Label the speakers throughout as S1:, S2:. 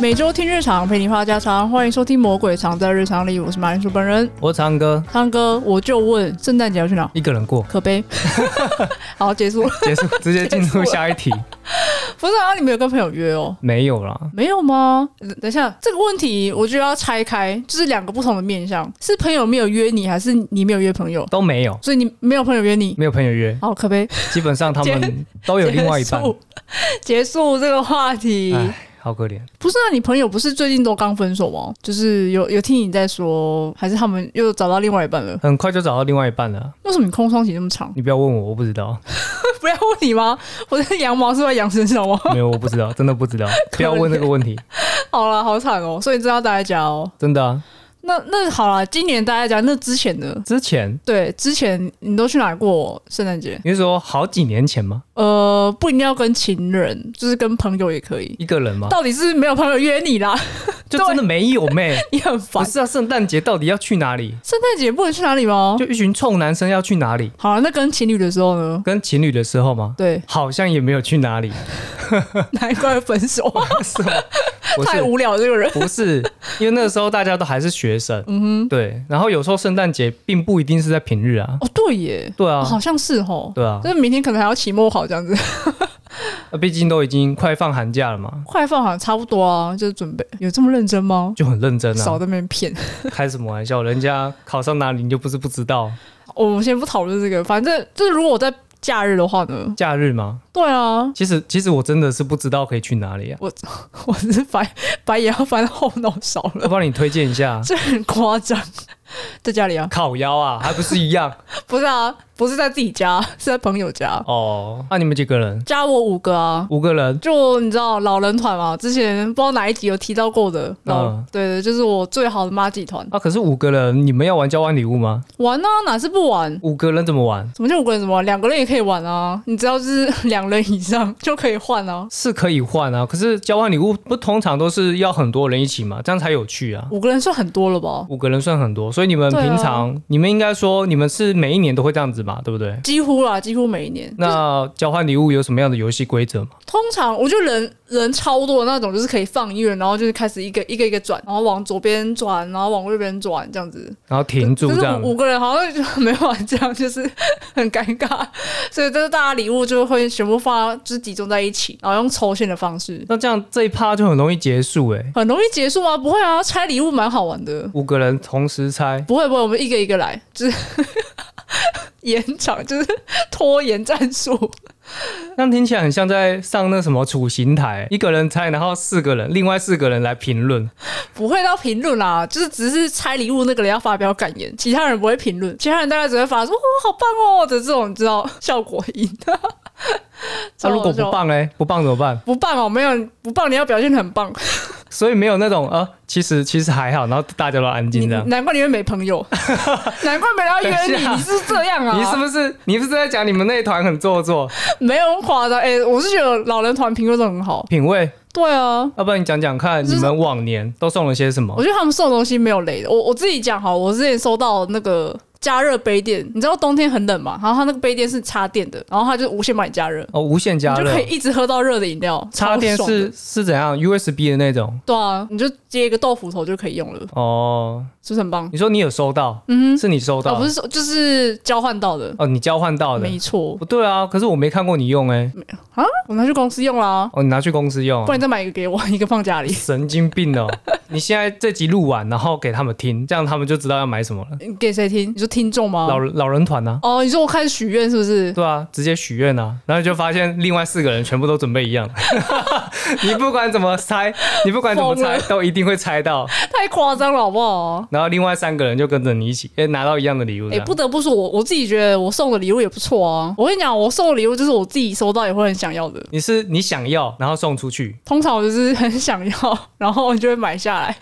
S1: 每周听日常，陪你话家常，欢迎收听《魔鬼藏在日常里》，我是马铃薯本人
S2: 我唱歌，
S1: 汤哥。我就问，圣诞节要去哪？
S2: 一个 人过，
S1: 可悲。好，结束了。
S2: 结束，直接进入下一题。
S1: 不是啊，你没有跟朋友约哦？
S2: 没有啦，
S1: 没有吗？等等一下，这个问题我就要拆开，就是两个不同的面向，是朋友没有约你，还是你没有约朋友？
S2: 都没有，
S1: 所以你没有朋友约你，
S2: 没有朋 友约，
S1: 好可悲。
S2: 基本上他们都有另外一半哎
S1: 结，束， 结束这个话题。
S2: 唉，好可怜。
S1: 不是啊，你朋友不是最近都刚分手吗？就是有有听你在说，还是他们又找到另外一半了？
S2: 很快就找到另外一半了，
S1: 为什么你空窗期那么长？
S2: 你不要问我，我不知道，
S1: 不要问你吗？我在羊毛是在羊身上吗？
S2: 没有，我不知道，真的不知道，不要问这个问题，
S1: 好啦，好惨哦，所以你知道待在家哦。
S2: 真的啊。
S1: 那那好啦，今年待在家，那之前呢？
S2: 之前
S1: 对，之前你都去哪过圣诞节？
S2: 你是说好几年前吗？
S1: 呃，不一定要跟情人，就是跟朋友也可以。
S2: 一个人吗？
S1: 到底是没有朋友约你 啦，
S2: 就真的没有妹。
S1: 你很
S2: 不
S1: 烦。
S2: 是啊，圣诞节到底要去哪里？
S1: 圣诞节不能去哪里吗？
S2: 就一群臭男生要去哪里？
S1: 好啦，那跟情侣的时候呢？
S2: 跟情侣的时候吗？
S1: 对，
S2: 好像也没有去哪里，
S1: 难怪分手，
S2: 是吗？不
S1: 太
S2: 是，
S1: 无聊了这个人。
S2: 不是，因为那个时候大家都还是学生，嗯哼，对。然后有时候圣诞节并不一定是在平日啊，
S1: 哦，对耶，
S2: 对
S1: 哦
S2: 啊，
S1: 好像是哦。
S2: 对啊
S1: 就，是明天可能还要期末考这样子，
S2: 那毕竟都已经快放寒假了嘛，
S1: 快放好像差不多啊，就是准备有这么认真吗？
S2: 就很认真
S1: 少
S2: 啊，
S1: 在那边骗。
S2: 开什么玩笑？人家考上哪里你就不是不知道，
S1: 我们先不讨论这个，反正就是如果我在假日的话呢，
S2: 假日嘛，
S1: 对啊，
S2: 其实其实我真的是不知道可以去哪里啊，
S1: 我是白白眼要翻到后脑勺
S2: 我
S1: 了，
S2: 帮你推荐一下。
S1: 这很夸张。 在家里啊？
S2: 烤腰啊，还不是一样
S1: 不是啊，不是在自己家，是在朋友家。
S2: 哦？那、你们几个人？
S1: 加我五个啊，
S2: 五个人？
S1: 就你知道老人团嘛？之前不知道哪一集有提到过的老，
S2: 嗯
S1: 对对，就是我最好的妈集团。
S2: 啊，可是五个人，你们要玩交换礼物吗？
S1: 玩啊，哪是不玩？
S2: 五个人怎么玩？
S1: 怎么就五个人？怎么两个人也可以玩啊？你只要是两人以上就可以换啊。
S2: 是可以换啊，可是交换礼物不通常都是要很多人一起嘛，这样才有趣啊。
S1: 五个人算很多了吧？
S2: 五个人算很多，所以你们
S1: 对啊
S2: 平常、你们应该说你们是每一年都会这样子嘛，对不对？
S1: 几乎啦，几乎每一年。
S2: 那交换礼物有什么样的游戏规则吗？
S1: 通常我觉得人人超多的那种，就是可以放音乐，然后就是开始一个一个一个转，然后往左边转，然后往右边转这样子。
S2: 然后停住
S1: 就
S2: 这
S1: 是
S2: 样，
S1: 五五个人好像就没办法这样，就是很尴尬。 所以就是大家礼物就会全部放，就是集中在一起，然后用抽签的方式，
S2: 那这样这一趴就很容易结束诶、
S1: 很容易结束吗？不会啊，拆礼物蛮好玩的。
S2: 五个人同时猜，
S1: 不会不会，我们一个一个来，就是 延长，就是拖延战术。
S2: 那听起来很像在上那什么处刑台，一个人猜，然后四个人，另外四个人来评论。
S1: 不会到评论啦，就是只是拆礼物那个人要发表感言，其他人不会评论，其他人大概只会发说“哦，好棒哦”的这种，你知道效果音。
S2: 那、
S1: 超好
S2: 如果不
S1: 笑
S2: 棒诶，不棒怎么办？
S1: 不棒哦，没有不棒，你要表现得很棒，
S2: 所以没有那种啊、呃其实其实还好，然后大家都安
S1: 你
S2: 静这样。
S1: 难怪你会没朋 友，难怪没人要约
S2: 等一
S1: 你，
S2: 下
S1: 你是这样啊？
S2: 你是不是你是不是在讲你们那一团很做作，
S1: 没有很夸张？哎、我是觉得老人团评论得很好，
S2: 品味？
S1: 对啊，
S2: 要不然你讲讲看，
S1: 就是
S2: 你们往年都送了些什
S1: 我
S2: 么？
S1: 觉得他们送的东西没有雷的。我我自己讲好，我之前收到那个加热杯垫，你知道冬天很冷嘛，然后它那个杯垫是插电的，然后它就无线帮你加热，
S2: 哦，无线加
S1: 你就
S2: 热
S1: 可以，一直喝到热的饮料。
S2: 插电
S1: 超爽的
S2: 是是怎样 USB 的那种？
S1: 对啊，你就接一个豆腐头就可以用了，
S2: 哦，
S1: 是不是很棒？
S2: 你说你有收到？
S1: 嗯
S2: 是你收
S1: 哼，
S2: 到？
S1: 哦，不是说就是交换到的，
S2: 哦，你交换啊到的？
S1: 没错
S2: 不对啊，可是我没看过你用哎、
S1: 啊，我拿去公司用啦，
S2: 哦，你拿去公司用
S1: 不
S2: 啊、
S1: 然你再买一个给我，一个放家里。
S2: 神经 病哦！你现在这集录完，然后给他们听，这样他们就知道要买什么了。
S1: 你给谁听？你说听众吗？
S2: 老老人团啊呢、
S1: 哦，你说我开始许愿是不是？
S2: 对啊，直接许愿啊，然后就发现另外四个人全部都准备一样。 你不管怎么猜，你不管怎么
S1: 疯
S2: 猜，
S1: 了
S2: 都一定会猜到。
S1: 太夸张了好不好？
S2: 然后另外三个人就跟着你一起，哎，拿到一样的礼物这
S1: 哎、
S2: 样。
S1: 不得不说，我我自己觉得我送的礼物也不错啊。我跟你讲，我送的礼物就是我自己收到也会很想要的。
S2: 你是你想要，然后送出去，
S1: 通常我就是很想要，然后就会买下来。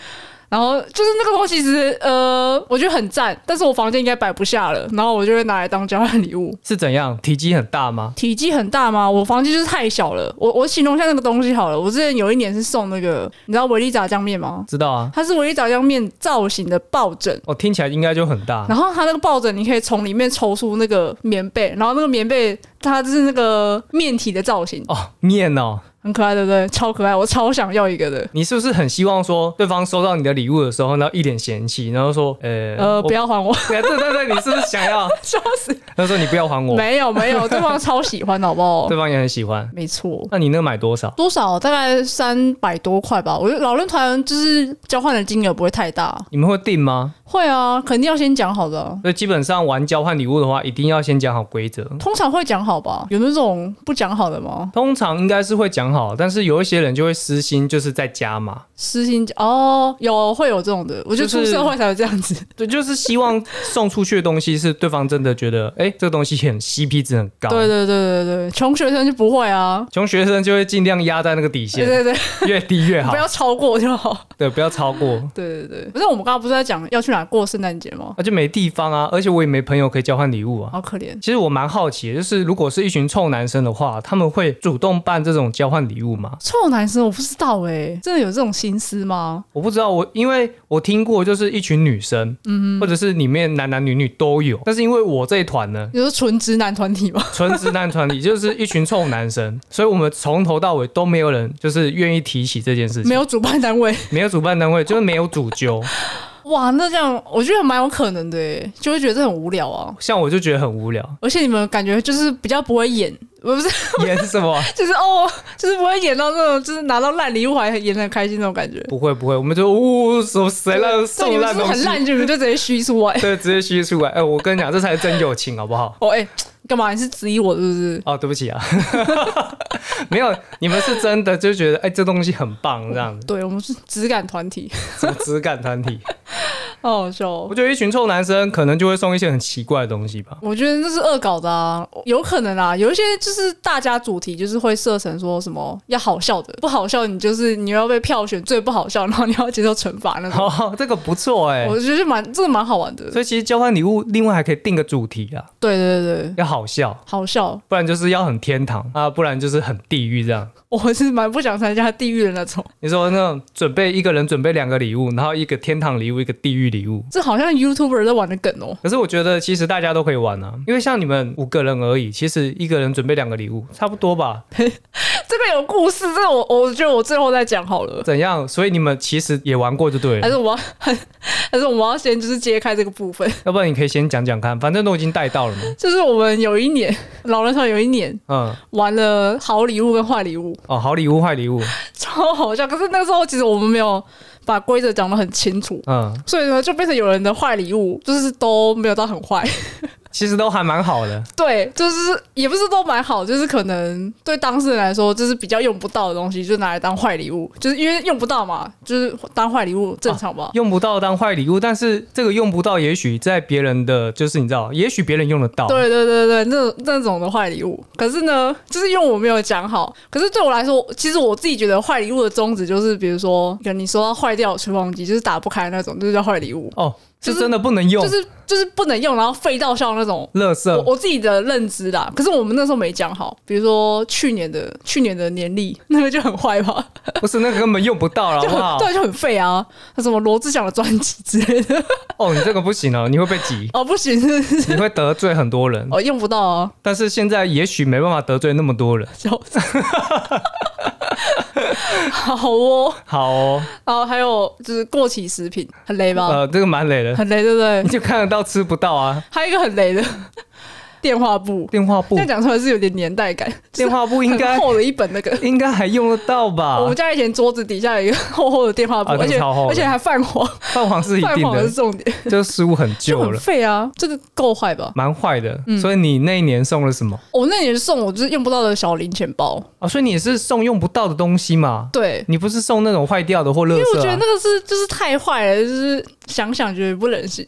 S1: 然后就是那个东西，其实呃，我觉得很赞，但是我房间应该摆不下了，然后我就会拿来当交换礼物。
S2: 是怎样？体积很大吗？
S1: 体积很大吗？我房间就是太小了。我我形容一下那个东西好了。我之前有一年是送那个，你知道维力炸酱面吗？
S2: 知道啊，
S1: 它是维力炸酱面造型的抱枕，
S2: 哦，听起来应该就很大。
S1: 然后它那个抱枕，你可以从里面抽出那个棉被，然后那个棉被它就是那个面体的造型，
S2: 哦，面哦，
S1: 很可爱，对不对？超可爱，我超想要一个的。
S2: 你是不是很希望说对方收到你的礼物的时候，然后一脸嫌弃，然后说，呃，
S1: 呃，
S2: 我
S1: 不，要还我，
S2: 对对对对，你是不是想要？
S1: 笑死！
S2: 他说你不要还我，
S1: 没有没有，对方超喜欢的，好不好
S2: 对？方也很喜欢。
S1: 没错，
S2: 那你那个买多少？
S1: 多少大概三百多块吧。我觉得老人团就是交换的金额不会太大，
S2: 你们会定吗？
S1: 会啊，肯定要先讲好的啊、
S2: 所以基本上玩交换礼物的话，一定要先讲好规则。
S1: 通常会讲好吧？有那种不讲好的吗？
S2: 通常应该是会讲好，但是有一些人就会私心，就是在加嘛，
S1: 私心讲哦，有会有这种的，我觉得
S2: 就
S1: 出
S2: 是
S1: 社会才有这样子。
S2: 对，就是希望送出去的东西是对方真的觉得，哎、这个东西很 CP 值很高。
S1: 对对对对对，穷学生就不会啊。
S2: 穷学生就会尽量压在那个底
S1: 对
S2: 线，
S1: 对对，
S2: 越低越好
S1: 不，要超过就好。
S2: 对，不要超过，
S1: 对对对，不是我们刚刚不是在讲要去哪过圣诞节吗？
S2: 那、就没地方啊，而且我也没朋友可以交换礼物啊。
S1: 好可怜，
S2: 其实我蛮好奇的，就是如果是一群臭男生的话，他们会主动办这种交换礼物吗？
S1: 臭男生我不知道哎、真的有这种心思吗？
S2: 我不知道，我因为我听过，就是一群女生，嗯，或者是里面男男女女都有，但是因为我这一团呢，
S1: 你说纯直男团体吗？
S2: 纯直男团体就是一群臭男生，所以我们从头到尾都没有人就是愿意提起这件事情，
S1: 没有主办单位，
S2: 没有主办单位，就是没有主揪。
S1: 哇，那这样我觉得蛮有可能的欸，就会觉得这很无聊啊。，
S2: 像我就觉得很无聊
S1: 而且你们感觉就是比较不会演，我不是，
S2: 演什么？
S1: 就是哦，就是不会演到那种，就是拿到烂礼物还演的很开心那种感觉。
S2: 不会不会，我们就呜什么谁烂
S1: 对
S2: 送烂
S1: 你们是不
S2: 东
S1: 是很
S2: 西，
S1: 烂，就你们就直接虚出来。
S2: 对，直接虚出来。哎、我跟你讲，这才是真友情，好不好？
S1: 哦，哎、干嘛？你是质疑我是不是？
S2: 哦，对 不起啊，没有，你们是真的就觉得哎、这东西很棒这样子，
S1: 对，我们是质感团体，
S2: 什么质感团体？
S1: 好好笑、哦
S2: 我。觉得一群臭男生可能就会送一些很奇怪的东西吧。
S1: 我觉得那是恶搞的啊，有可能啊，有一些就是大家主题就是会设成说什么要好笑的，不好笑你就是你要被票选最不好笑，然后你要接受惩罚那种。
S2: 哦，这个不错哎、
S1: 我觉得蛮这个蛮好玩的，
S2: 所以其实交换礼物，另外还可以定个主题啊，
S1: 对对对对，
S2: 要好笑，
S1: 好笑。
S2: 不然就是要很天堂啊，不然就是很地狱这样。
S1: 我是蛮不想参加地狱的那种，
S2: 你说那种准备一个人准备两个礼物，然后一个天堂礼物，一个地狱礼物。
S1: 这好像 YouTuber 在玩的梗哦。
S2: 可是我觉得其实大家都可以玩啊，因为像你们五个人而已，其实一个人准备两个礼物差不多吧？
S1: 这个有故事，这个我我觉得我最后再讲好了。
S2: 怎样？所以你们其实也玩过就对
S1: 还
S2: 了，
S1: 是我们要， 还是我们要先就是揭开这个部分，
S2: 要不然你可以先讲讲看，反正都已经带到了嘛。
S1: 就是我们有一年老人团有一年
S2: 嗯，
S1: 玩了好礼物跟坏礼物，
S2: 哦，好礼物坏礼物，
S1: 超好笑。可是那个时候其实我们没有把规则讲得很清楚，
S2: 嗯，
S1: 所以呢就变成有人的坏礼物就是都没有到很坏，
S2: 其实都还蛮好的。
S1: 对，就是也不是都买好，就是可能对当事人来说就是比较用不到的东西，就拿来当坏礼物，就是因为用不到嘛，就是当坏礼物正常吧。
S2: 用不到当坏礼物，但是这个用不到，也许在别人的就是你知道，也许别人用得到。
S1: 对对对对，那那种的坏礼物，可是呢，就是因为我没有讲好。可是对我来说，其实我自己觉得坏礼物的宗旨就是，比如说，可能你收到坏掉的吹风机，就是打不开那种，就是叫坏礼物，
S2: 哦，
S1: 就是是
S2: 真的不能用，嗯
S1: 就是就是不能用，然后废到笑那种。
S2: 垃
S1: 我
S2: 圾。
S1: 我自己的认知啦，可是我们那时候没讲好，比如说去年的去年的年历， 那个就很坏吧。
S2: 不是那个根本用不到了，好
S1: 就
S2: 不好
S1: 很？对，就很废啊，什么罗志祥的专辑之类的，，
S2: 哦，你这个不行哦，你会被挤
S1: 哦不行， 是是
S2: 你会得罪很多 人。
S1: 哦用不到啊，
S2: 但是现在也许没办法得罪那么多人。
S1: 笑死。 好哦，
S2: 好哦，
S1: 然后还有就是过期食品，很雷吧？
S2: 呃，这个蛮累的，
S1: 很雷，对不对
S2: 你？就看得到吃不到啊。
S1: 还有一个很雷的电话簿，
S2: 电话
S1: 这
S2: 簿
S1: 样，讲出来是有点年代感，
S2: 电话簿应
S1: 很
S2: 该
S1: 厚的一本那个。
S2: 应该还用得到吧
S1: 我？们家以前桌子底下有一个厚厚的电话簿，
S2: 啊那个
S1: 而且
S2: 超厚的
S1: 而且还泛黄，
S2: 泛黄是一
S1: 泛
S2: 定
S1: 黄是
S2: 的，
S1: 重点，
S2: 就失误很
S1: 就
S2: 旧
S1: 很嗯
S2: 了，
S1: 废啊！这个够坏吧？
S2: 蛮坏的。所以你那一年送了什么？
S1: 我那年送我就是用不到的小零钱包，
S2: 啊，所以你也是送用不到的东西嘛？
S1: 对，
S2: 你不是送那种坏掉的或垃圾、啊？
S1: 因为我觉得那个是就是太坏了，就是想想觉得不忍 心。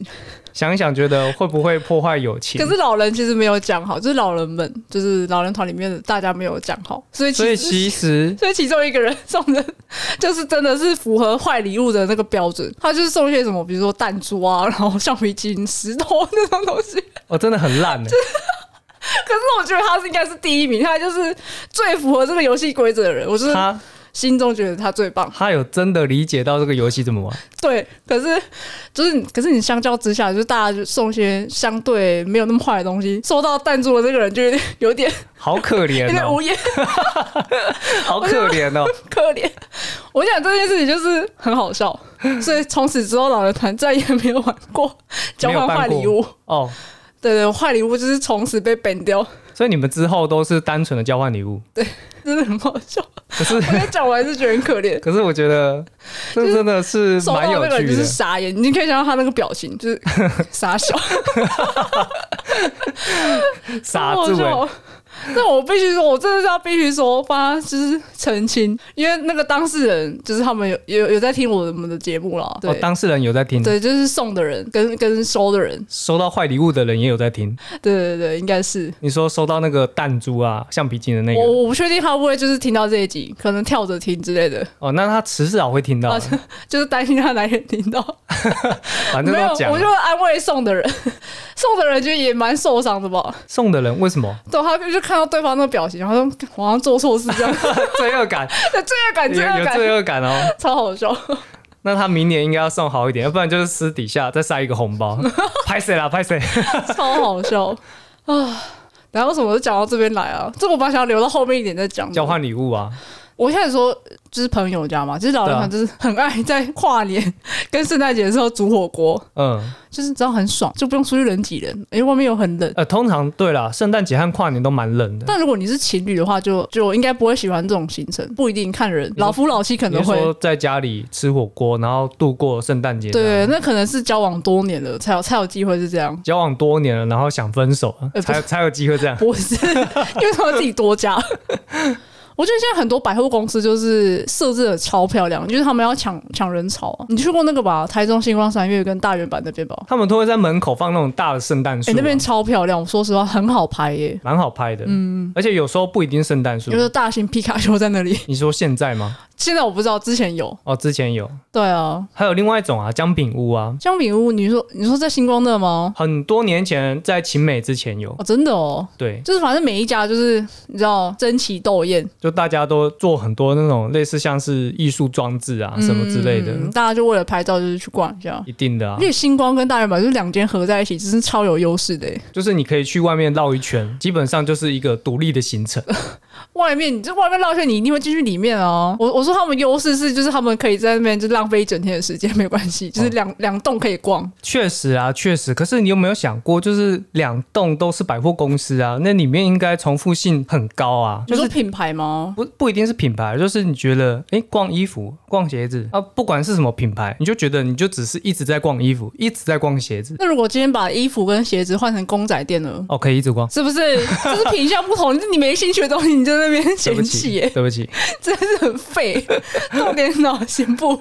S2: 想一想，觉得会不会破坏友情？
S1: 可是老人其实没有讲好，就是老人们，就是老人团里面的大家没有讲好，所以其
S2: 所以
S1: 实
S2: 其 实
S1: 所以其中一个人送的， 就是真的是符合坏礼物的那个标准，他就是送一些什么，比如说弹珠啊，然后橡皮筋、石头那种东西。
S2: 我、哦真的 很烂呢。
S1: 可是我觉得他是应该是第一名，他就是最符合这个游戏规则的人。我就是
S2: 他
S1: 心中觉得他最棒。
S2: 他有真的理解到这个游戏怎么玩，
S1: 对，可是就是你可是你相较之下，就是大家就送一些相对没有那么坏的东西，收到弹珠的这个人就有点有点
S2: 好可怜
S1: 有点
S2: 哦，
S1: 无言
S2: 好可怜 哦。
S1: 可怜。我想这件事情就是很好 笑，所以从此之后老人团再也没有玩过交
S2: 没有
S1: 换
S2: 办
S1: 坏礼
S2: 过
S1: 物。
S2: 哦，
S1: 对对，坏礼物就是从此被 ban 掉，
S2: 所以你们之后都是单纯的交换礼物，
S1: 真的很好 笑。
S2: 可是。
S1: 我现在讲完是觉得很可怜
S2: 可是我觉得这真的是
S1: 收
S2: 蛮
S1: 到
S2: 有
S1: 那个人
S2: 趣
S1: 就是
S2: 的。
S1: 傻眼，你可以想到他那个表情，就是傻笑，
S2: 傻
S1: 好
S2: 子欸
S1: 笑。但我必须说，我真的是要必须说，帮他就是澄清，因为那个当事人就是他们有有有在听我们的节目啦，对、
S2: 哦，当事人有在听，
S1: 对，就是送的人跟跟收的人，
S2: 收到坏礼物的人也有在听。
S1: 对对对，应该是
S2: 你说收到那个弹珠啊、橡皮筋的那
S1: 我
S2: 个，
S1: 我不确定他会不会就是听到这一集，可能跳着听之类的，
S2: 哦，那他迟早会听到
S1: 啊
S2: 的，
S1: 就是担心他哪天听到。
S2: 反正
S1: 没有，
S2: 都讲啊
S1: 我就
S2: 了。
S1: 安慰送的人， 送的人就也蛮受伤的吧。
S2: 送的人为什么
S1: 对，他就看到对方那个表情，然后说我好像做错事这样，
S2: 罪 恶感？
S1: 有罪恶感，
S2: 有
S1: 罪恶
S2: 有
S1: 感，
S2: 罪恶感哦。
S1: 超好笑。
S2: 那他明年应该要送好一点，要不然就是私底下再塞一个 红包，拍谁啦？拍谁？
S1: 超好笑啊！然后为什么就讲到这边来啊？这个我本来想要留到后面一点再讲。
S2: 交，换礼物啊，
S1: 我一开始说就是朋友家嘛，就是老人
S2: 对啊
S1: 团就是很爱在跨年跟圣诞节的时候煮火锅，
S2: 嗯，
S1: 就是只要很爽，就不用出去人挤人，因为外面又很冷。
S2: 呃，通常对啦，圣诞节和跨年都蛮冷的。
S1: 但如果你是情侣的话，就就应该不会喜欢这种行程，不一定看人，
S2: 说
S1: 老夫老妻可
S2: 你
S1: 能
S2: 是
S1: 会。
S2: 说在家里吃火锅，然后度过圣诞节这样，
S1: 对，那可能是交往多年了才有才有机会是这样，
S2: 交往多年了，然后想分手，
S1: 呃不
S2: 才才有机会 这样。
S1: 不是因为他们自己多加。 我觉得现在很多百货公司就是设置的超漂亮，就是他们要抢抢人潮、啊。你去过那个吧，台中星光三月跟大圆板那边吧？
S2: 他们都会在门口放那种大的圣诞树
S1: 哎、
S2: 啊，
S1: 那边超漂亮，我说实话很好拍耶、
S2: 蛮好拍的。嗯，而且有时候不一定圣诞树
S1: 有。个大型皮卡丘在那里，
S2: 你说现在吗？
S1: 现在我不知道，之前有。
S2: 哦，之前有，
S1: 对啊，
S2: 还有另外一种啊，姜饼屋啊，
S1: 姜饼屋，你说你说在星光那吗？
S2: 很多年前在秦美之前有，
S1: 哦，真的哦，
S2: 对，
S1: 就是反正每一家就是你知道争奇斗艳，
S2: 就大家都做很多那种类似像是艺术装置啊什么之类的，
S1: 嗯大家就为了拍照就是去逛一下。
S2: 一定的啊
S1: 因，为星光跟大圆板就是两间合在一起，真是超有优势的欸。
S2: 就是你可以去外面绕一圈，基本上就是一个独立的行程。
S1: 外面你这外面绕圈，你一定会进去里面哦。我我说他们优势是，就是他们可以在那边就浪费一整天的时间，没关系，就是两两栋可以逛。
S2: 确实啊，确实。可是你有没有想过，就是两栋都是百货公司啊，那里面应该重复性很高啊，
S1: 就
S2: 就是是
S1: 品牌吗？
S2: 不不一定是品牌，就是你觉得，哎、逛衣服、逛鞋子啊，不管是什么品牌，你就觉得你就只是一直在逛衣服，一直在逛鞋子，
S1: 那如果今天把衣服跟鞋子换成公仔店呢？
S2: 哦，可以一直逛。
S1: 是不是？就是品相不同，你没兴趣的东西你就在那边
S2: 对不
S1: 嫌弃、
S2: 起，
S1: 耶，
S2: 对不起，
S1: 真的是很废，动点脑行不？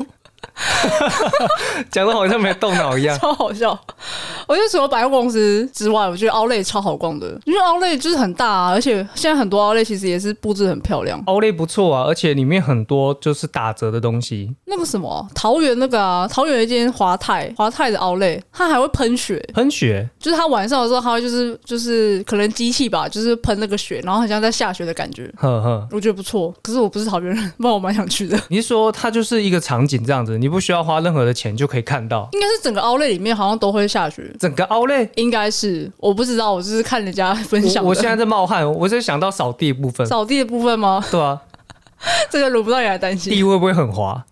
S2: 讲的好像没动脑一样。
S1: 超好笑。我觉得除了百货公司之外，我觉得 Outlet 超好逛的，因为 Outlet 就是很大、啊，而且现在很多 Outlet 其实也是布置得很漂亮。
S2: 奥莱不错啊，而且里面很多就是打折的东西，
S1: 那个什么啊桃园那个啊，桃园有一间华泰华泰的 Outlet，它还会喷雪，
S2: 喷雪
S1: 就是它晚上的时候，它会就是就是可能机器吧，就是喷那个雪，然后很像在下雪的感觉。
S2: 呵呵，
S1: 我觉得不错，可是我不是桃园人， 不然我蛮想去的。
S2: 你是说它就是一个场景这样子，你不需要花任何的钱就可以看到
S1: 应该是整个 Outlet 里面好像都会下雪，
S2: 整个奥莱。
S1: 应该是我不知道，我就是看人家分享
S2: 我
S1: 的。
S2: 我现在在冒汗，我在想到扫地部分，
S1: 扫地的部分吗？
S2: 对啊，
S1: 这个轮不到你来担心，
S2: 地会不会很滑？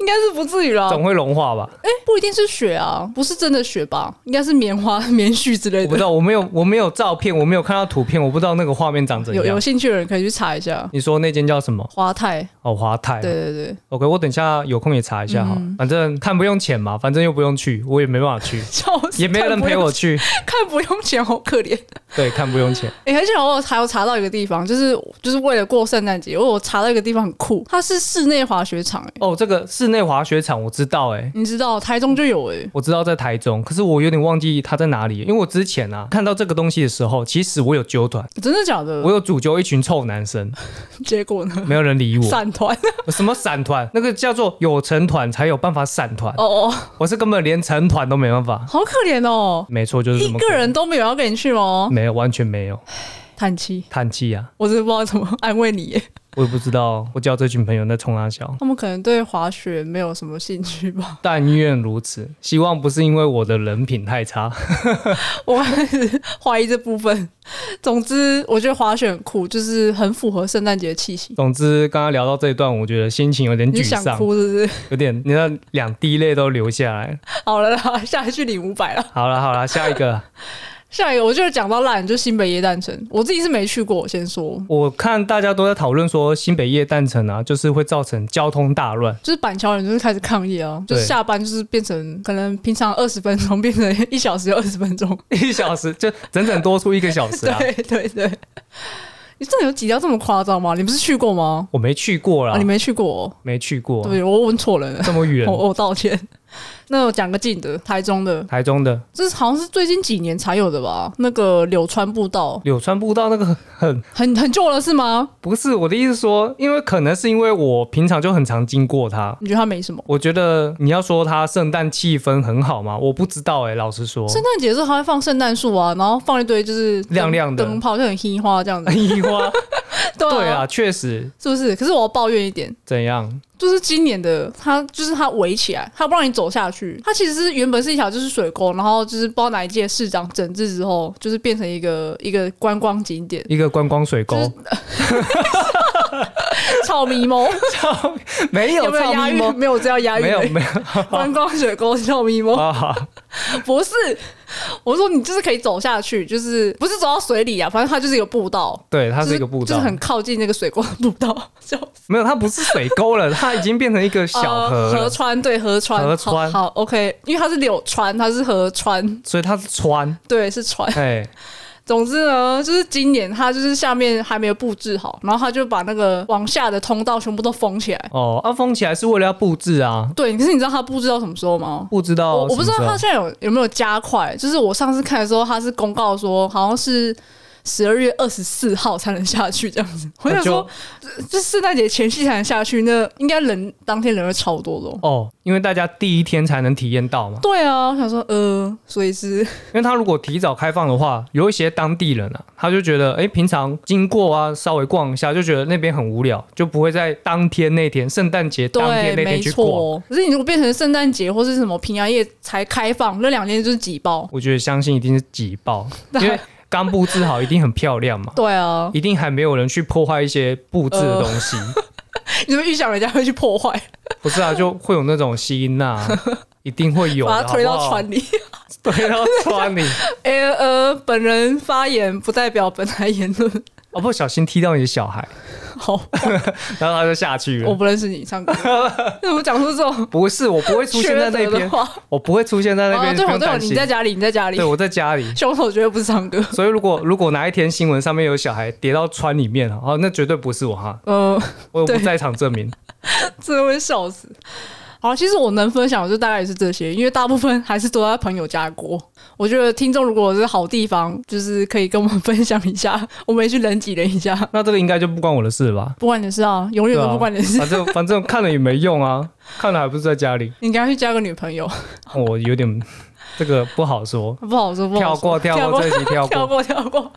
S1: 应该是不至于啦。
S2: 总会融化吧？
S1: 不一定是雪啊，不是真的雪吧？应该是棉花、 棉絮之类
S2: 我不
S1: 的
S2: 知。道，我没有，我没有照片，我没有看到图片，我不知道那个画面长怎
S1: 有
S2: 样
S1: 有。兴趣的人可以去查一下
S2: 你说那间叫什么？
S1: 华泰。
S2: 哦，华泰。
S1: 对嗯对对，，
S2: OK，我等一下有空也查一下哈、反正看不用钱嘛，反正又不用去，我也没办法去
S1: 笑死！
S2: 也没人陪我去。
S1: 看不用，看不用钱，好可怜。
S2: 对，看不用钱。
S1: 哎、而且我还有查到一个地方，就是就是为了过圣诞节，我有查到一个地方很酷，它是室内滑雪场、哎，
S2: 哦，这个室内滑雪场我知道、欸，
S1: 你知道台中就有哎、
S2: 我知道在台中，可是我有点忘记它在哪里，因为我之前啊看到这个东西的时候，其实我有揪团，
S1: 真的假的
S2: 我？有组揪一群臭男生，
S1: 结果呢？
S2: 没有人理我。
S1: 散团
S2: 什么散团？那个叫做有成团才有办法散团，
S1: 哦哦，
S2: 我是根本连成团都没办法。
S1: 好可怜哦，
S2: 没错，就是这
S1: 一哦
S2: 么
S1: 个人都没有要跟你去吗？
S2: 没有，完全没有。
S1: 叹气。
S2: 叹气啊！
S1: 我真的不知道怎么安慰你耶，
S2: 我也不知道，我叫这群朋友在冲他笑。
S1: 他们可能对滑雪没有什么兴趣吧。
S2: 但愿如此，希望不是因为我的人品太差。
S1: 我开始怀疑这部分。总之，我觉得滑雪很酷，就是很符合圣诞节的气息。
S2: 总之，刚刚聊到这一段，我觉得心情有点
S1: 你
S2: 沮
S1: 是想
S2: 丧，
S1: 哭是不是？
S2: 有点你看两滴泪都流下来。
S1: 好了啦，下一句领五百了。
S2: 好了好了，下一个，
S1: 下一个我就讲到烂，就新北耶诞城，我自己是没去过，我先说，
S2: 我看大家都在讨论说新北夜诞城啊，就是会造成交通大乱。
S1: 就是板桥人就是开始抗议啊，就是
S2: 对
S1: 下班就是变成可能平常二十分钟 变成一小时二十分钟，
S2: 一小时就整整多出一个小时啊！
S1: 对对对。你真的有挤到这么夸张吗？你不是去过吗？
S2: 我没去过啦，
S1: 啊，你没去过、哦，
S2: 没去过，
S1: 对哦我问错人了，
S2: 这么远
S1: 我，我道歉。那我讲个近的，台中的，
S2: 台中的
S1: 这是好像是最近几年才有的吧？那个柳川步道，
S2: 柳川步道那个很很
S1: 很很旧了是吗？
S2: 不是我的意思说，因为可能是因为我平常就很常经过它。
S1: 你觉得它没什么？
S2: 我觉得你要说它圣诞气氛很好吗？我不知道哎、老实说，
S1: 圣诞节的时候还会放圣诞树啊，然后放一堆就是灯
S2: 亮亮的
S1: 灯泡，就很稀花这样子。
S2: 樱花，
S1: 对啊，
S2: 对啊，确实
S1: 是不是？可是我要抱怨一点，
S2: 怎样？，
S1: 就是今年的它就是它围起来，它不让你走下去。它其实是原本是一条就是水沟，然后就是不知道哪一届市长整治之后，就是变成一个 一个观光景点
S2: 一个观光水沟，
S1: 草迷蒙
S2: 没有
S1: 有没有
S2: 照
S1: 押
S2: 咪
S1: 韵？
S2: 吗？
S1: 没有，这要押韵。欸
S2: 没有没有
S1: 观光水沟草迷蒙，
S2: 啊，
S1: 不是。我说你就是可以走下去，就是不是走到水里啊，反正它就是一个步道。
S2: 对，它是一个
S1: 就是
S2: 步
S1: 就
S2: 道
S1: 是，很靠近那个水沟的步道， 就
S2: 没有，它不是水 沟了，它已经变成一个小河
S1: 呃、河
S2: 了，
S1: 川，对河川，
S2: 河川
S1: 好好，OK，因为它是柳川，它是河川，
S2: 所以它是川，
S1: 对，是川。
S2: 哎，
S1: 总之呢，就是今年它就是下面还没有布置好，然后它就把那个往下的通道全部都封起来。
S2: 哦，啊，封起来是为了要布置啊，
S1: 对，可是你知道它布置到什么时候吗？
S2: 不知道
S1: 我我不知道
S2: 哦什么时候
S1: 它现在有有没有加快，就是我上次看的时候，它是公告说好像是十二月二十四号才能下去这样子。 我
S2: 那
S1: 想
S2: 就
S1: 说，这圣诞节前夕才能下去，那应该人当天人会超多的、哦。
S2: 哦，因为大家第一天才能体验到嘛，
S1: 对啊，我想说，呃，所以是
S2: 因为他如果提早开放的话，有一些当地人啊，他就觉得，哎，平常经过啊，稍微逛一下，就觉得那边很无聊，就不会在当天那天，圣诞节当
S1: 对，
S2: 天那
S1: 没
S2: 天去逛。
S1: 错。可是你如果变成圣诞节或是什么平安夜才开放，那两天就是挤爆。
S2: 我觉得相信一定是挤爆，因为刚布置好，一定很漂亮嘛，
S1: 对啊，
S2: 一定还没有人去破坏一些布置的东西，
S1: 呃你们预想人家会去破坏，
S2: 不是啊，就会有那种吸 音呐、一定会有的，啊
S1: 把它推到船
S2: 里，
S1: 里。
S2: 推到船里，
S1: 哎、呃，本人发言不代表本台言论。
S2: 哦，不小心踢到你的小孩，
S1: 好，
S2: 然后他就下去
S1: 我
S2: 了。
S1: 不认识你，唱歌。你怎么讲出这种
S2: 不是，我不会出现
S1: 缺
S2: 在那
S1: 德的
S2: 边，
S1: 话？
S2: 我不会出现在那边，
S1: 啊，
S2: 你
S1: 对
S2: 不
S1: 哦
S2: 用
S1: 对哦，
S2: 担
S1: 你
S2: 心。
S1: 在家里，你在家里
S2: 对，，我在家里。
S1: 凶手绝对不是唱歌。
S2: 所以如果如果哪一天新闻上面有小孩跌到川里面哦，那绝对不是我哈，
S1: 呃，
S2: 我有不
S1: 对
S2: 在场证明。
S1: 真的会笑死。好，其实我能分享的就大概也是这些，因为大部分还是都在朋友家过。我觉得听众如果是好地方，就是可以跟我们 分享一下，我们也去人挤人一下。
S2: 那这个应该就不关我的事 了吧？
S1: 不管你的事啊，永远
S2: 对
S1: 都
S2: 啊，
S1: 不管你的事。
S2: 反正反正看了也没用啊，看了还不是在家 里。哦
S1: 你赶快去交个女朋友，
S2: 我有点这个不好说，
S1: 不好说，不好
S2: 跳
S1: 说。
S2: 过跳过这一集跳
S1: 跳
S2: 过。
S1: 过，跳过。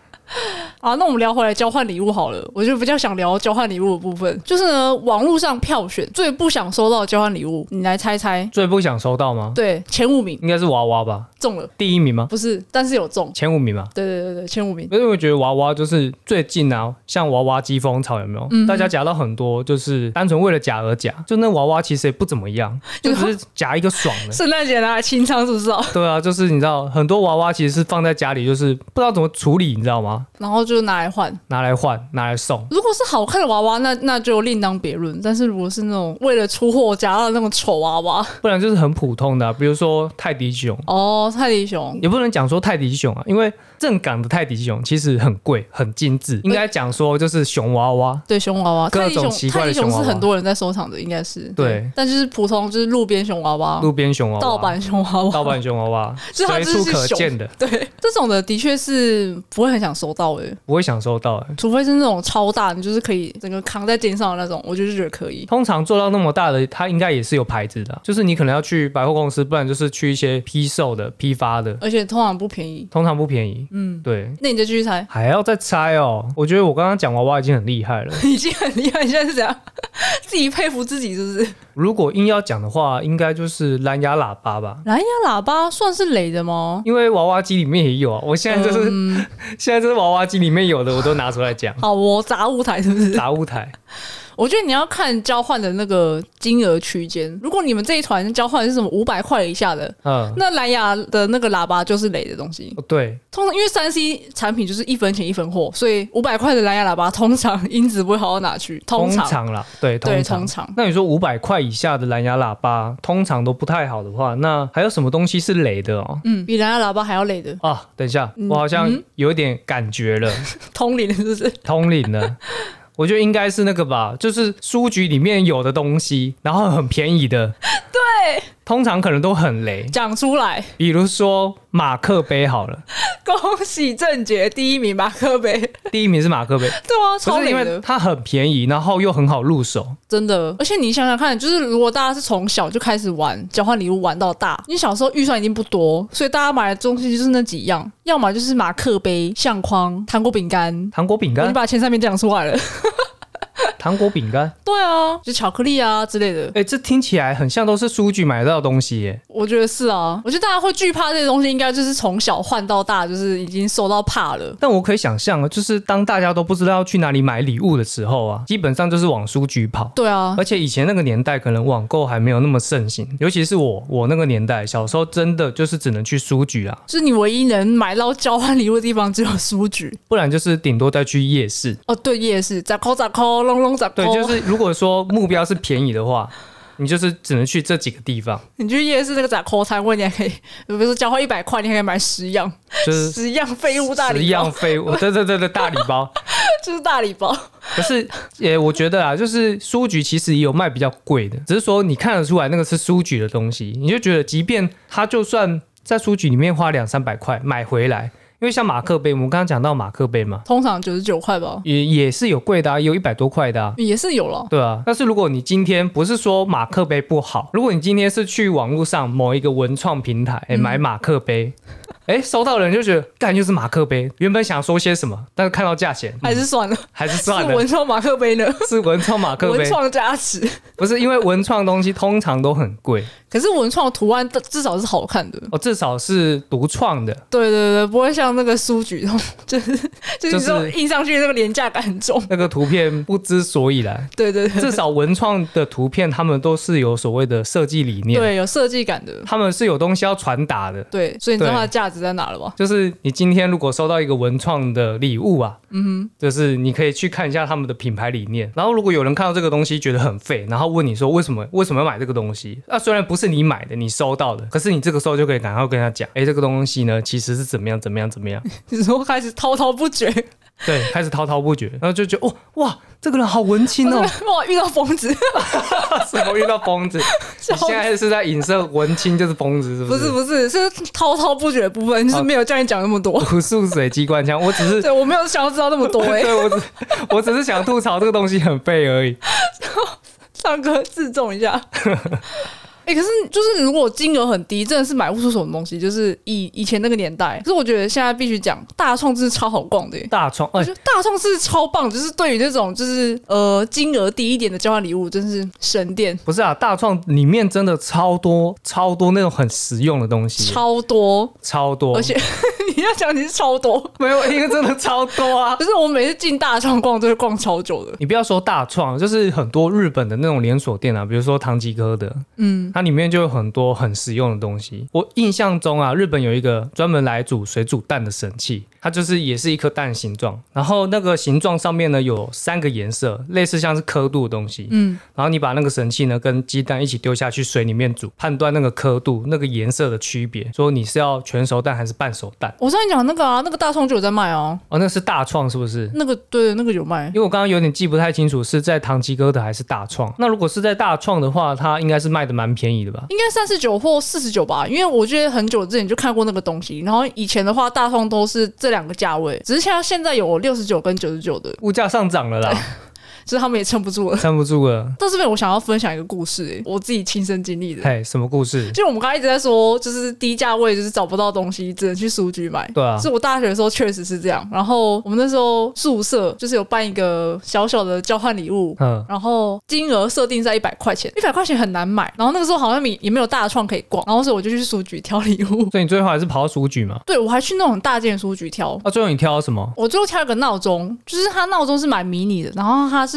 S1: 好，那我们聊回来交换礼物好了。我就比较想聊交换礼物的部分，就是呢，网络上票选最不想收到的交换礼物，你来猜猜。
S2: 最不想收到吗？
S1: 对，前五名
S2: 应该是娃娃吧，
S1: 中了，
S2: 第一名吗？
S1: 不是，但是有中。
S2: 前五名吗？
S1: 对对对对，前五名。
S2: 因为我觉得娃娃就是最近啊，像娃娃机风潮有没有？大家夹到很多，就是单纯为了夹而夹，就那娃娃其实也不怎么 样，就只是夹一个爽 的。
S1: 圣诞节拿来清仓是不是、哦？
S2: 对啊，就是你知道很多娃娃其实是放在家里，就是不知道怎么处理，你知道吗？
S1: 然后就拿来换。
S2: 拿来换，拿来送。
S1: 如果是好看的娃娃，那那就另当别论。但是如果是那种为了出货夹到那种丑娃娃，
S2: 不然就是很普通的啊、比如说泰迪熊，
S1: 哦，泰迪熊
S2: 也不能讲说泰迪熊啊，因为正港的泰迪熊其实很贵，很精
S1: 呃
S2: 致，应该讲说就是熊娃娃。
S1: 对熊娃娃，
S2: 各
S1: 泰迪熊
S2: 种奇怪的
S1: 泰迪熊
S2: 熊娃
S1: 是
S2: 娃
S1: 很多人在收藏的，应该是
S2: 对。
S1: 但就是普通就是路边熊娃娃、
S2: 路边熊娃娃、
S1: 哦盗版熊娃娃，
S2: 盗版熊娃 娃，
S1: 就是它
S2: 随
S1: 就是
S2: 处可
S1: 熊
S2: 见的，
S1: 对这种的的确是不会很想收到的，
S2: 不会想收到、欸。
S1: 除非是那种超大，你就是可以整个扛在肩上的那种，我就是觉得可以。
S2: 通常做到那么大的，它应该也是有牌子的啊，就是你可能要去百货公司，不然就是去一些批售的、批发的，
S1: 而且通常不便宜。
S2: 通常不便宜。
S1: 嗯，
S2: 对，
S1: 那你就继续猜，
S2: 还要再猜哦。我觉得我刚刚讲娃娃已经很厉害了。
S1: 已经很厉害，你现在是怎样？ 自己佩服自己是不是？
S2: 如果硬要讲的话，应该就是蓝牙喇叭吧，
S1: 蓝牙喇叭算是雷的吗？
S2: 因为娃娃机里面也有啊。我现在就是、
S1: 嗯、。
S2: 现在就是娃娃机里面有的，我都拿出来讲
S1: 好哦，杂物台是不是？
S2: 杂物台，
S1: 我觉得你要看交换的那个金额区间。如果你们这一团交换是什么五百块以下的，
S2: 嗯，
S1: 那蓝牙的那个喇叭就是雷的东西。
S2: 哦对，
S1: 通常因为三 C 产品就是一分钱一分货，所以五百块的蓝牙喇叭通常音质不会好到哪去。
S2: 通
S1: 通常
S2: 啦，对，
S1: 对，
S2: 通
S1: 通常
S2: 那你说五百块以下的蓝牙喇叭，通常都不太好的话，那还有什么东西是雷的哦？
S1: 嗯，比蓝牙喇叭还要雷的
S2: 啊，等一下，
S1: 嗯
S2: 我好像有点感觉了，
S1: 通灵是不是？
S2: 通灵了。我觉得应该是那个吧，就是书局里面有的东西，然后很便宜的，
S1: 对，
S2: 通常可能都很雷。
S1: 讲出来，
S2: 比如说马克杯好了，
S1: 恭喜郑杰第一名马克杯，
S2: 第一名是马克杯，
S1: 对啊，
S2: 不
S1: 超
S2: 是
S1: 雷
S2: 因为
S1: 的，
S2: 它很便宜，然后又很好入手。
S1: 真的。而且你想想看，就是如果大家是从小就开始玩交换礼物玩到大，你小时候预算已经不多，所以大家买的东西就是那几样，要么就是马克杯、相框、糖果饼干。
S2: 糖果饼
S1: 你
S2: 干，
S1: 把前三名讲出来 了，
S2: 糖果饼 干，
S1: 对啊，就巧克力啊之类的，
S2: 哎、这听起来很像都是书局买得到的东西耶。
S1: 我觉得是啊，我觉得大家会惧怕这些东西，应该就是从小换到大，就是已经受到怕了。
S2: 但我可以想象啊，就是当大家都不知道要去哪里买礼物的时候啊，基本上就是往书局跑。
S1: 对啊，
S2: 而且以前那个年代，可能网购还没有那么盛行，尤其是我我那个年代，小时候真的就是只能去书局啊，
S1: 就是你唯一能买到交换礼物的地方只有书局。
S2: 不然就是顶多再去夜市。
S1: 哦，对，夜市，咋抠咋抠，隆隆咋抠。
S2: 对，就是如果说目标是便宜的话，你就是只能去这几个地方，
S1: 你去夜市那个咋抠摊位，你还可以，比如说交换一百块，你还可以买十样，
S2: 就是
S1: 十样废物大
S2: 十
S1: 礼包
S2: 样，废物，对对对对，大礼包。
S1: 就是大礼包。
S2: 可是，也我觉得啊，就是书局其实也有卖比较贵的，只是说你看得出来那个是书局的东西，你就觉得即便他就算在书局里面花两三百块买回来，因为像马克杯，我们刚刚讲到马克杯嘛，
S1: 通常九十九块吧，
S2: 也也是有贵的啊，也有一百多块的啊。
S1: 也是有了。
S2: 对啊，但是如果你今天不是说马克杯不好，如果你今天是去网络上某一个文创平台、
S1: 嗯
S2: 哎买马克杯，哎、收到的人就觉得干就是马克杯，原本想说些什么，但是看到价钱、嗯
S1: 还是算了，
S2: 还是
S1: 是
S2: 算了，
S1: 文创马克杯呢，
S2: 是文创马克
S1: 文
S2: 杯，
S1: 创加持。
S2: 不是因为文创东西通常都很贵
S1: 可是文创图案至少是好看的，
S2: 哦，至少是独创的，
S1: 对对对，不会像那个书局那种，就是就是
S2: 就
S1: 你
S2: 是
S1: 说印上去那个廉价感很重。
S2: 那个图片不知所 以然。
S1: 对对对
S2: 至少文创的图片，他们都是有所谓的设计理念，
S1: 对，有设计感的，
S2: 他们是有东西要传达的。
S1: 对，所以你知道
S2: 对
S1: 它的价值在哪了吧？
S2: 就是你今天如果收到一个文创的礼物啊，嗯就是你可以去看一下他们的品牌理念。然后如果有人看到这个东西觉得很废，然后问你说为什么为什么要买这个东西？那、虽然不是你买的，你收到的，可是你这个时候就可以赶快跟他讲，哎、这个东西呢其实是怎么样怎么样怎么样。
S1: 你说开始滔滔不绝，
S2: 对，开始滔滔不绝，然后就觉得哦，哇，这个人好文青 哦，
S1: 哇，遇到疯子，
S2: 怎么遇到疯 子？你现在是在影射文青就是疯子，是
S1: 不
S2: 不
S1: 是
S2: 是？
S1: 不是，啊是滔滔不绝的部分，就是没有叫你讲那么多。
S2: 不是水机关枪，我只 是
S1: 对我没有想要知道那么多哎、
S2: 对我只 我只是想吐槽这个东西很废而已。
S1: 唱歌自重 一下。哎、可是就是如果金额很低，真的是买不出什么东西。就是以以前那个年代，可是我觉得现在必须讲，大创真是超好逛的、欸。
S2: 大创，
S1: 我
S2: 哎、
S1: 觉得大创是超棒，就是对于那种就是呃金额低一点的交换礼物，真是神店，
S2: 不是啊，大创里面真的超多超多那种很实用的东西，
S1: 超多。
S2: 超多，
S1: 而且你要讲你是超多，
S2: 没有，因为真的超多啊
S1: 可。是我每次进大创逛都会逛超久的。
S2: 你不要说大创，就是很多日本的那种连锁店啊，比如说唐吉诃德，
S1: 嗯，
S2: 它里面就有很多很实用的东西。我印象中啊，日本有一个专门来煮水煮蛋的神器，它就是也是一颗蛋形状，然后那个形状上面呢有三个颜色，类似像是刻度的东西。
S1: 嗯，
S2: 然后你把那个神器呢跟鸡蛋一起丢下去水里面煮，判断那个刻度、那个颜色的区别，说你是要全熟蛋还是半熟蛋。
S1: 我上次讲那个啊，那个大创就有在卖啊，
S2: 哦，那是大创是不是？
S1: 那个对，那个有卖
S2: 因。为我刚刚有点记不太清楚是在唐吉诃德还是大创。那如果是在大创的话，它应该是卖的蛮便宜的吧？
S1: 应该三十九或四十九吧，因为我觉得很久之前就看过那个东西，然后以前的话大创都是这两个价位，只是像现在有六十九跟九十九的，
S2: 物价上涨了啦。
S1: 就是他们也撑不住了。
S2: 撑不住了。
S1: 到这边，我想要分享一个故事、欸我自己亲身经历的。
S2: 嘿，什么故事？
S1: 就我们刚才一直在说，就是低价位就是找不到东西，只能去书局买。
S2: 对啊
S1: 是我大学的时候确实是这样。然后我们那时候宿舍就是有办一个小小的交换礼物。
S2: 嗯，
S1: 然后金额设定在一百块钱，一百块钱很难买。然后那个时候好像也也没有大创可以逛，然后所以我就去书局挑礼物。
S2: 所以你最后还是跑到书局嘛？
S1: 对我还去那种大件的书局挑，
S2: 啊，最后你挑什么？
S1: 我最后挑了个闹钟，就是它闹钟是买迷你的，然后它是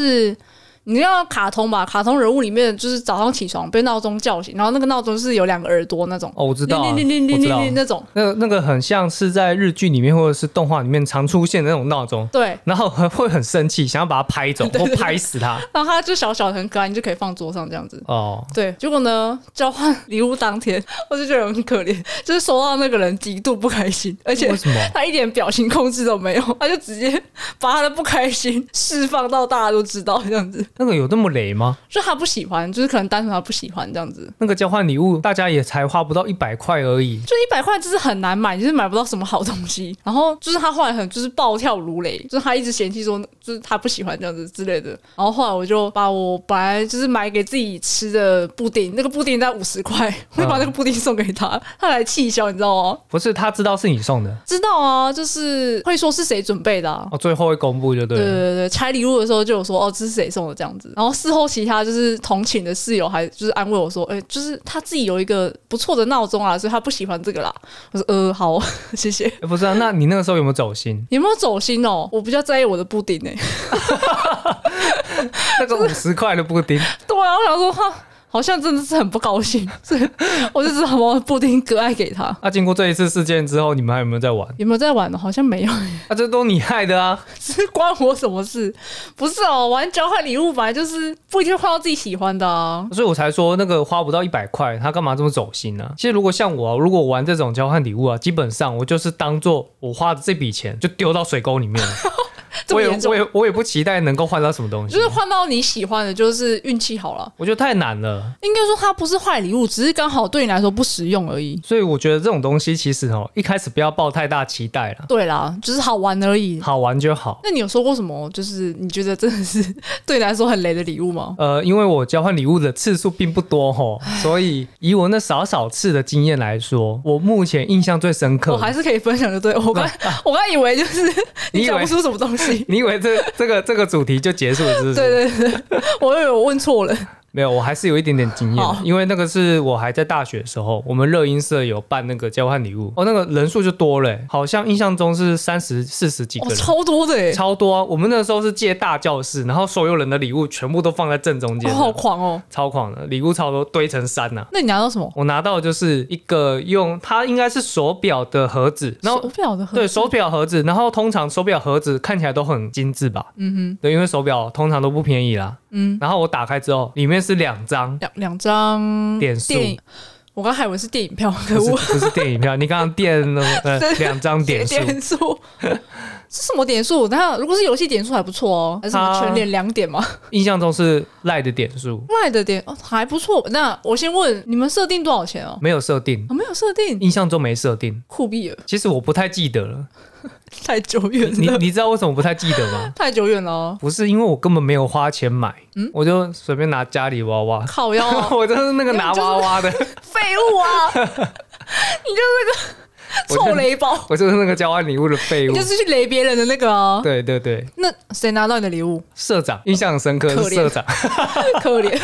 S1: 你知道卡通吧？卡通人物里面就是早上起床被闹钟叫醒，然后那个闹钟是有两个耳朵那种，
S2: 哦，我知道、啊，
S1: 铃铃铃
S2: 我
S1: 铃
S2: 知
S1: 铃
S2: 道
S1: 铃。那种。
S2: 那那个很像是在日剧里面或者是动画里面常出现的那种闹钟，
S1: 对，
S2: 然后很会很生气，想要把它拍走或拍死它。
S1: 然后它就小小的很可爱，你就可以放桌上这样子。
S2: 哦，
S1: 对，结果呢，交换 礼物当天，我就觉得很可怜，就是收到那个人极度不开心，而且
S2: 为什么？
S1: 他一点表情控制都没有， 他就直接把他的不开心释放到大家都知道这样子，
S2: 那个有那么雷吗？
S1: 就他不喜欢，就是可能单纯他不喜欢这样子。
S2: 那个交换礼物大家也才花不到一百块而已，
S1: 就一百块就是很难买，就是买不到什么好东西。然后就是他后来很就是暴跳如雷，就是他一直嫌弃说就是他不喜欢这样子之类的。然后后来我就把我本来就是买给自己吃的布丁，那个布丁在五十块，我就把那个布丁送给他，他来气消，你知道吗？
S2: 不是他知道是你送的，
S1: 知道啊，就是会说是谁准备的、啊。
S2: 哦，最后会公布就对
S1: 对
S2: 了。
S1: 对对，拆礼物的时候就有说哦，这是谁送的这样子。然后事后其他就是同寝的室友还就是安慰我说，哎、就是他自己有一个不错的闹钟啊，所以他不喜欢这个啦。我说呃好， 谢谢。？
S2: 诶不是啊，那你那个时候有没有走心
S1: 有没有走心哦？我比较在意我的布丁哎、
S2: 那个五十块的布丁，
S1: 对啊，我想说哈，好像真的是很不高兴， 所以我就只好把我的布丁割爱给他。
S2: 啊那、经过这一次事件之后，你们还有没有在玩？
S1: 有没有在玩呢？哦好像没有，
S2: 啊，这都你害的啊！
S1: 这关我什么事？不是哦，玩交换礼物本来就是不一定会换到自己喜欢的啊。
S2: 所以我才说那个花不到一百块，他干嘛这么走心呢、其实如果像我、啊，如果玩这种交换礼物啊，基本上我就是当做我花的这笔钱就丢到水沟里面了。
S1: 这
S2: 我
S1: 么
S2: 也
S1: 严重
S2: 我也我也不期待能够换到什么东西
S1: 就，是换到你喜欢的，就是运气好了。
S2: 我觉得太难了。
S1: 应该说它不是坏礼物，只是刚好对你来说不实用而已。
S2: 所以我觉得这种东西其实哦，一开始不要抱太大期待了，
S1: 对啦，就是好玩而已。
S2: 好玩就好。
S1: 那你有收过什么？就是你觉得真的是 对你来说很雷的礼物吗？
S2: 呃，因为我交换礼物的次数并不多吼，所以以我那少少次的经验来说，我目前印象最深刻
S1: 我还
S2: 的。
S1: 是可以分享的，对我刚、 我刚以为就是
S2: 啊 你以为
S1: 你讲不出什么东 西，
S2: 你以为这这个这个主题就结束了是不是？
S1: 对对对， 对我以为我问错了，
S2: 没有，我还是有一点点经验
S1: 好，
S2: 因为那个是我还在大学的时候，我们热音社有办那个交换礼物，哦，那个人数就多了欸，好像印象中是三十四十几个
S1: 哦，
S2: 人。
S1: 超多的哎，
S2: 超多啊！我们那时候是借大教室，然后所有人的礼物全部都放在正中间
S1: 我
S2: 的，
S1: 好狂哦！
S2: 超狂的，礼物超多，堆成山啊呐、
S1: 那你拿到什么？
S2: 我拿到的就是一个用它应该是手表的盒子，然后
S1: 手表的盒
S2: 对手表盒子，然后通常手表盒子看起来都很精致吧？嗯哼，对，因为手表通常都不便宜啦。嗯，然后我打开之后，里面是两张
S1: 两两张
S2: 点数，
S1: 电影，我刚还以为是电影票，可
S2: 不是
S1: 恶，
S2: 不是电影票，你刚刚垫了呃
S1: 真的
S2: 两张 点数，
S1: 点 数是什么点数？那如果是游戏点数还不错哦，还是什么
S2: 它
S1: 全脸两点吗？
S2: 印象中是赖的点数，
S1: 卖的点哦还不错。那我先问你们设定多少钱哦？
S2: 没有设定，
S1: 我没有设定，
S2: 印象中没设定。
S1: 酷毙了，
S2: 其实我不太记得了，
S1: 太久远
S2: 你
S1: 了，
S2: 你知道为什么不太记得吗？
S1: 太久远了哦，
S2: 不是因为我根本没有花钱买，我就随便拿家里娃娃，。
S1: 靠腰哦
S2: 我就是那个拿娃娃的，
S1: 废物 啊！你就是那个臭雷包，
S2: 我就是那个交换礼物的废
S1: 你
S2: 物
S1: 就。是去雷别人的那个啊。
S2: 对对对，
S1: 那谁拿到你的礼物？
S2: 社长印象很深刻
S1: 可
S2: 是
S1: 怜
S2: 社长，
S1: 可怜，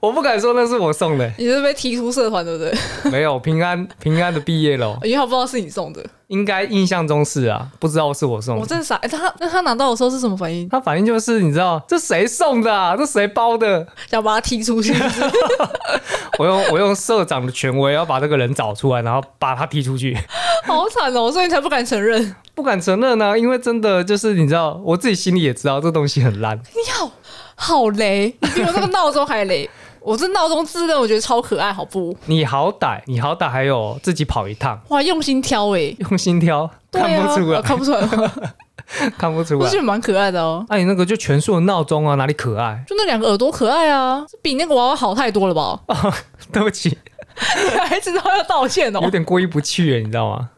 S2: 我不敢说那是我送的，
S1: 你是被踢出社团，对不对？
S2: 没有平安平安的毕业了，
S1: 因为他不知道是你送的，
S2: 应该印象中是啊，不知道是我送
S1: 我
S2: 的。
S1: 真的傻。哎、他那他拿到的时候是什么反应？
S2: 他反应就是你知道这谁送的啊？这谁包的？
S1: 想把他踢出去，是不是
S2: 我用我用社长的权威要把这个人找出来，然后把他踢出去。
S1: 好惨哦！所以你才不敢承认。
S2: 不敢承认啊，因为真的就是你知道，我自己心里也知道这东西很烂。
S1: 你好，好雷，你比我那个闹钟还 雷。我这闹钟自认我觉得超可爱，好不？
S2: 你好歹你好歹还有自己跑一趟，
S1: 哇，用心挑哎、
S2: 用心挑，
S1: 对
S2: 看
S1: 啊，
S2: 不出来，
S1: 啊看不出来吗，
S2: 看不出
S1: 我
S2: 来
S1: 觉。得蛮可爱的哦。
S2: 哎，你那个就全数的闹钟啊，哪里可 爱？
S1: 就那两个耳朵可爱啊，比那个娃娃好太多了吧？
S2: 对不起，
S1: 还知道要道歉哦
S2: 有，点过意不去耶，你知道吗？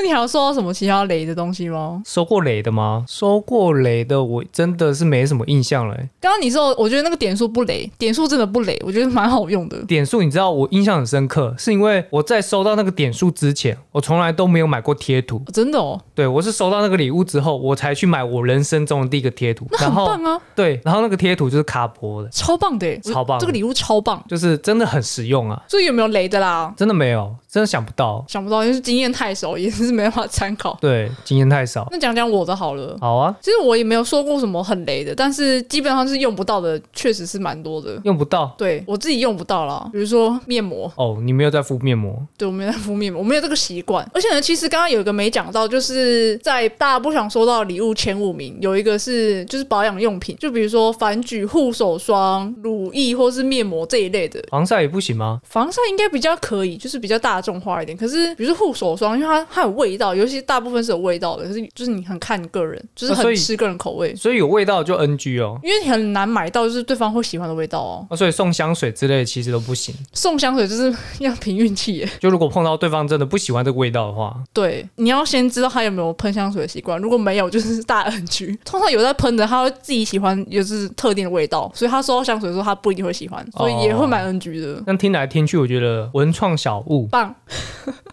S1: 那你还有收到什么其他雷的东西吗？
S2: 收过雷的吗？收过雷的，我真的是没什么印象了、欸
S1: 刚刚你说，我觉得那个点数不雷，点数真的不雷，我觉得蛮好用的。
S2: 点数你知道我印象很深刻，是因为我在收到那个点数之前，我从来都没有买过贴图。
S1: 哦真的哦，
S2: 对我是收到那个礼物之后，我才去买我人生中的第一个贴图。
S1: 那
S2: 然
S1: 很
S2: 后
S1: 棒啊，
S2: 对，然后那个贴图就是卡波的，
S1: 超棒的耶，
S2: 超棒
S1: 这个礼物超棒。
S2: 就是真的很实用啊！
S1: 所以有没有雷的啦？
S2: 真的没有，真的想不到。
S1: 想不到，就是经验太少，也是没办法参考。
S2: 对，经验太少。
S1: 那讲讲我的好了。
S2: 好啊，
S1: 其实我也没有说过什么很雷的，但是基本上是用不到的，确实是蛮多的。
S2: 用不到
S1: 对我自己用不到啦，比如说面膜，
S2: 哦。你没有在敷面膜，
S1: 对我没有在敷面膜，我没有这个习惯。而且呢，其实刚刚有一个没讲到，就是在大家不想收到礼物前五名，有一个是就是保养用品，就比如说凡举护手霜、乳液或是面膜这一类的。
S2: 防晒也不行吗？
S1: 防晒应该比较可以，就是比较大众化一点。可是，比如说护手霜，因为它它有味道，尤其大部分是有味道的。可是，就是你很看个人，就是
S2: 啊所
S1: 很
S2: 以
S1: 吃个人口味，
S2: 所以有味道就 NG 哦。
S1: 因为你很难买到就是对方会喜欢的味道哦。
S2: 啊，所以送香水之类的其实都不行。
S1: 送香水就是 要凭运气耶。
S2: 就如果碰到对方真的不喜欢这个味道的话，
S1: 对，你要先知道他有没有喷香水的习惯，如果没有，就是大 NG。通 常有在喷的，他会自己喜欢，就是特定的味道，所以他收到香水的时候，他不一定会喜欢，所以也会蛮 NG 的。
S2: 但听来听去，我觉得文创小物
S1: 棒，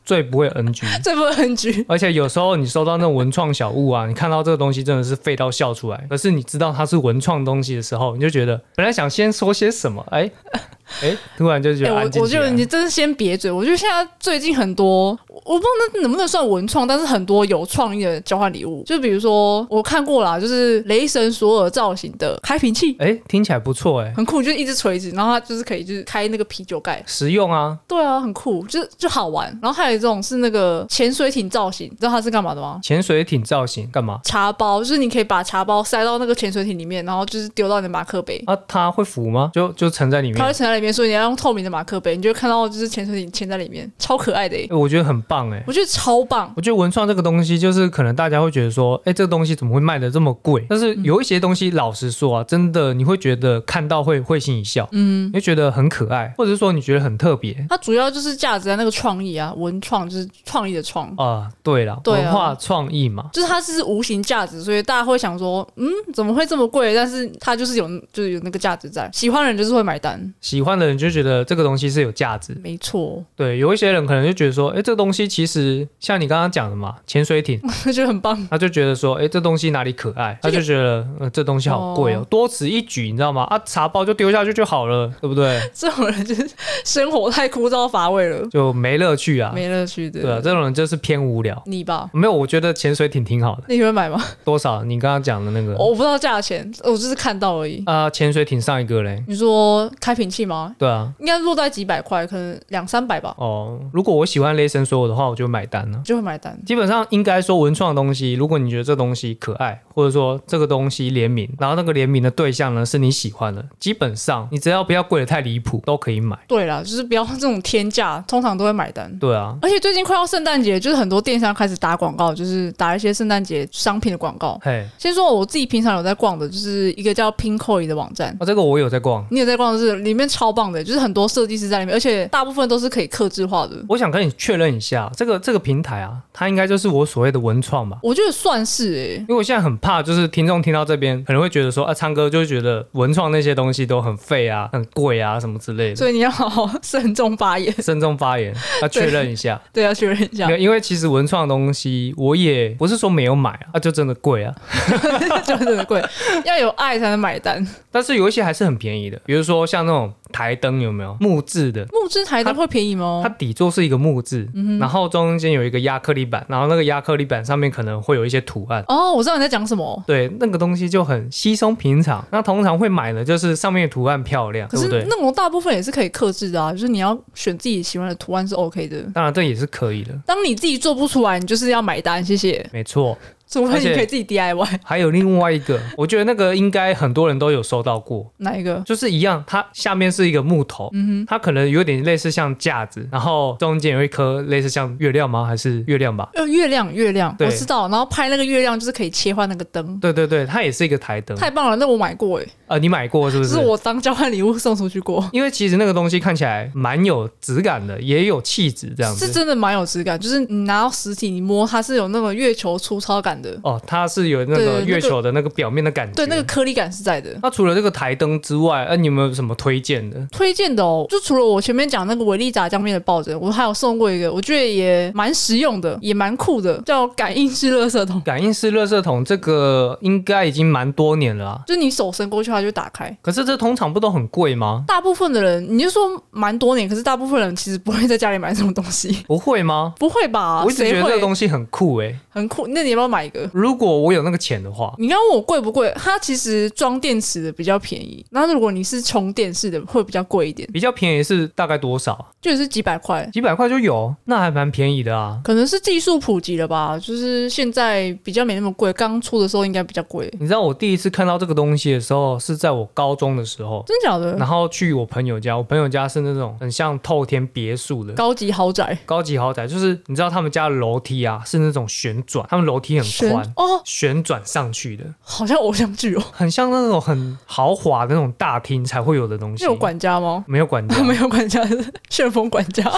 S2: 最不会 NG。
S1: 这份 NG
S2: 而且有时候你收到那种文创小物啊，你看到这个东西真的是废到笑出来。可是你知道它是文创东西的时候，你就觉得本来想先说些什么，哎、 哎，突然就觉
S1: 哎、
S2: 得安
S1: 我
S2: 静
S1: 我
S2: 起
S1: 觉
S2: 来。
S1: 得你真是先别嘴。我觉得现在最近很多，我我不知道那能不能算文创，但是很多有创意的交换礼物，就比如说我看过啦，就是雷神索尔造型的开瓶器，
S2: 哎、听起来不错哎、
S1: 很酷，就是一只锤子，然后它就是可以就是开那个啤酒盖，
S2: 实用啊，
S1: 对啊，很酷，就就好玩。然后还有一种是那个潜水艇造型，你知道它是干嘛的吗？
S2: 潜水艇造型干嘛？
S1: 茶包，就是你可以把茶包塞到那个潜水艇里面，然后就是丢到你的马克杯，
S2: 啊，它会浮吗？就就沉在里面
S1: 它会。沉在里面，所以你要用透明的马克杯，你就会看到就是潜水艇潜在里面，超可爱的、欸，
S2: 哎我觉得很棒哎、
S1: 我觉得超棒。
S2: 我觉得文创这个东西，就是可能大家会觉得说，哎、这个东西怎么会卖的这么贵？但是有一些东西，老实说啊，真的你会觉得看到会会心一笑，嗯，你会觉得很可爱，或者是说你觉得很特别，
S1: 它主要就是价值在那个创意啊，文创就是创意的创。
S2: 啊，对了，
S1: 对啊
S2: 文化创意嘛，
S1: 就是它是无形价值，所以大家会想说，嗯，怎么会这么贵？但是它就是有，就是有那个价值在，喜欢的人就是会买单，
S2: 喜欢的人就觉得这个东西是有价值。
S1: 没错，
S2: 对，有一些人可能就觉得说，哎，这东西其实像你刚刚讲的嘛，潜水 艇，
S1: 我觉得很棒。
S2: 他就觉得说，哎，这东西哪里可爱，他
S1: 这个
S2: 就觉得，呃，这东西好贵哦，
S1: 哦
S2: 多此一举，你知道吗？啊，茶包就丢下去就好了，对不对？
S1: 这种人就是生活太枯燥乏味了，
S2: 就没乐趣啊。
S1: 没乐趣的。
S2: 对啊，这种人就是偏无聊。
S1: 你吧，
S2: 没有，我觉得潜水艇挺好的。
S1: 那你会买吗？
S2: 多少？你刚刚讲的那个
S1: 我不知道价钱，我就是看到而已。
S2: 啊，潜水艇上一个嘞，
S1: 你说开瓶器吗？
S2: 对啊。
S1: 应该落在几百块，可能两三百吧，
S2: 哦，如果我喜欢雷神所有的话，我就买单了。
S1: 就会买单。
S2: 基本上应该说文创的东西，如果你觉得这东西可爱，或者说这个东西联名，然后那个联名的对象呢是你喜欢的，基本上你只要不要贵的太离谱，都可以买。
S1: 对啦，就是不要这种天价，通常都会买单。
S2: 对啊，
S1: 而且最近快要圣诞节，就是很多电商开始打广告，就是打一些圣诞节商品的广告。
S2: 嘿，
S1: 先说我自己平常有在逛的，就是一个叫 Pinkoi 的网站，
S2: 哦，这个我有在逛。
S1: 你有在逛的是里面超棒的，就是很多设计师在里面，而且大部分都是可以克制化的。
S2: 我想跟你确认一下，这个这个平台啊，它应该就是我所谓的文创吧？
S1: 我觉得算是欸诶、
S2: 因为我现在很怕，就是听众听到这边可能会觉得说啊，唱歌就会觉得文创那些东西都很废啊、很贵啊什么之类的。
S1: 所以你要好好慎重发言，
S2: 慎重发 言，要确认一下。
S1: 对，要确认一下
S2: 没，有，因为其实文创的东西我也不是说没有买啊，啊就真的贵啊，
S1: 就真的 贵，要有爱才能买单。
S2: 但是有一些还是很便宜的，比如说像那种台灯有没有木质的？
S1: 木质台灯会便宜吗
S2: 它？底座是一个木质，
S1: 嗯
S2: 然后中间有一个亚克力板，然后那个亚克力板上面可能会有一些图案。
S1: 哦，我知道你在讲什么，
S2: 对，那个东西就很稀松平常。那通常会买的就是上面的图案漂亮，
S1: 可
S2: 对不
S1: 是
S2: 对？
S1: 那种大部分也是可以克制的啊，就是你要选自己喜欢的图案是 OK 的。
S2: 当然这也是可以的，
S1: 当你自己做不出来，你就是要买单，谢谢。
S2: 没错。
S1: 除非
S2: 而且
S1: 你可以自己 DIY。
S2: 还有另外一个，我觉得那个应该很多人都有收到过，
S1: 哪一个？
S2: 就是一样，它下面是一个木头，
S1: 嗯
S2: 它可能有点类似像架子，然后中间有一颗类似像月亮吗？还是月亮吧？
S1: 呃，月亮，月亮，
S2: 对
S1: 我知道。然后拍那个月亮就是可以切换那个灯，
S2: 对对对，它也是一个台灯。
S1: 太棒了！那我买过哎，
S2: 呃，你买过是不
S1: 这
S2: 是？
S1: 是我当交换礼物送出去过，
S2: 因为其实那个东西看起来蛮有质感的，也有气质这样
S1: 是
S2: 子。
S1: 真的蛮有质感。就是你拿到实体，你摸它是有那种月球粗糙感的，
S2: 哦，它是有那
S1: 对
S2: 个
S1: 那个
S2: 月球的那个表面的感觉。
S1: 对，那个颗粒感是在的。
S2: 那除了这个台灯之外，呃，你有没有什么推荐的？
S1: 推荐的哦，就除了我前面讲那个维力炸酱面的抱枕，我还有送过一个，我觉得也蛮实用的，也蛮酷的，叫感应式垃圾桶。
S2: 感应式垃圾桶这个应该已经蛮多年了啊，
S1: 就是你手伸过去，它就打开。
S2: 可是这通常不都很贵吗？
S1: 大部分的人，你就说蛮多年，可是大部分人其实不会在家里买这种东西，
S2: 不会吗？
S1: 不会吧？
S2: 我一直觉
S1: 谁
S2: 得这个
S1: 会？
S2: 东西很酷诶、
S1: 很酷，那你要不要买一个？
S2: 如果我有那个钱的话，
S1: 你刚刚问我贵不贵？它其实装电池的比较便宜，那如果你是充电式的，会比较贵一点，
S2: 比较便宜是大概多少？
S1: 就是几百块。
S2: 几百块就有，那还蛮便宜的啊。
S1: 可能是技术普及了吧，就是现在比较没那么贵，刚出的时候应该比较贵，
S2: 你知道我第一次看到这个东西的时候，是在我高中的时候，
S1: 真假的？
S2: 然后去我朋友家，我朋友家是那种很像透天别墅的。
S1: 高级豪宅，
S2: 高级豪宅就是你知道他们家的楼梯啊是那种旋转，他们楼梯很
S1: 旋
S2: 宽，
S1: 哦，
S2: 旋转上去的，
S1: 好像偶像剧哦。
S2: 很像那种很豪华的那种大厅才会有的东西。
S1: 那有管家吗？，
S2: 没有管家
S1: 没有管家，是旋风管家。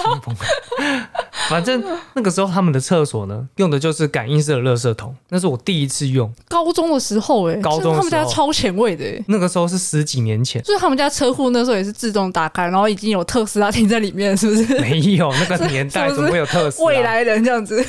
S2: 反正那个时候他们的厕所呢，用的就是感应式的垃圾桶，那是我第一次用。
S1: 高中的时候、欸，哎，
S2: 高中的时候
S1: 他们家超前卫的、欸。，
S2: 那个时候是十几年前
S1: 就是他们家车库那时候也是自动打开，然后已经有特斯拉停在里面，是不是？
S2: 没有那个年
S1: 是
S2: 代
S1: 不
S2: 怎
S1: 是
S2: 么会有特斯拉？
S1: 未来人这样子，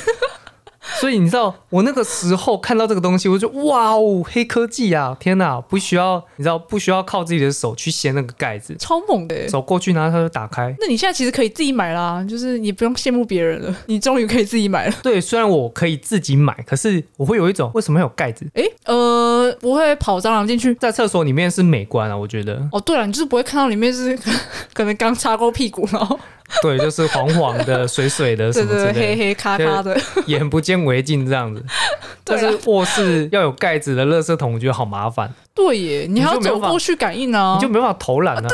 S2: 所以你知道，我那个时候看到这个东西，我就哇哦，黑科技啊！天哪，不需要，你知道，不需要靠自己的手去掀那个盖子，
S1: 超猛的、欸。
S2: 手过去，然后它就打开。
S1: 那你现在其实可以自己买啦，就是你不用羡慕别人了，你终于可以自己买了。
S2: 对，虽然我可以自己买，可是我会有一种为什么要有盖子？
S1: 诶、呃，不会跑蟑螂进去。。
S2: 在厕所里面是美观啊，我觉得
S1: 哦，对了，你就是不会看到里面是 可能刚擦过屁股，然后
S2: 对，就是黄黄的、水水的什
S1: 对
S2: 么之
S1: 对对黑
S2: 类的，
S1: 黑咔咔的，
S2: 眼不见为净这样子。但
S1: 对啊
S2: 是卧室要有盖子的垃圾桶，我觉得好麻烦，
S1: 对耶，你还要走过去感应啊！
S2: 你就没办法投篮啊。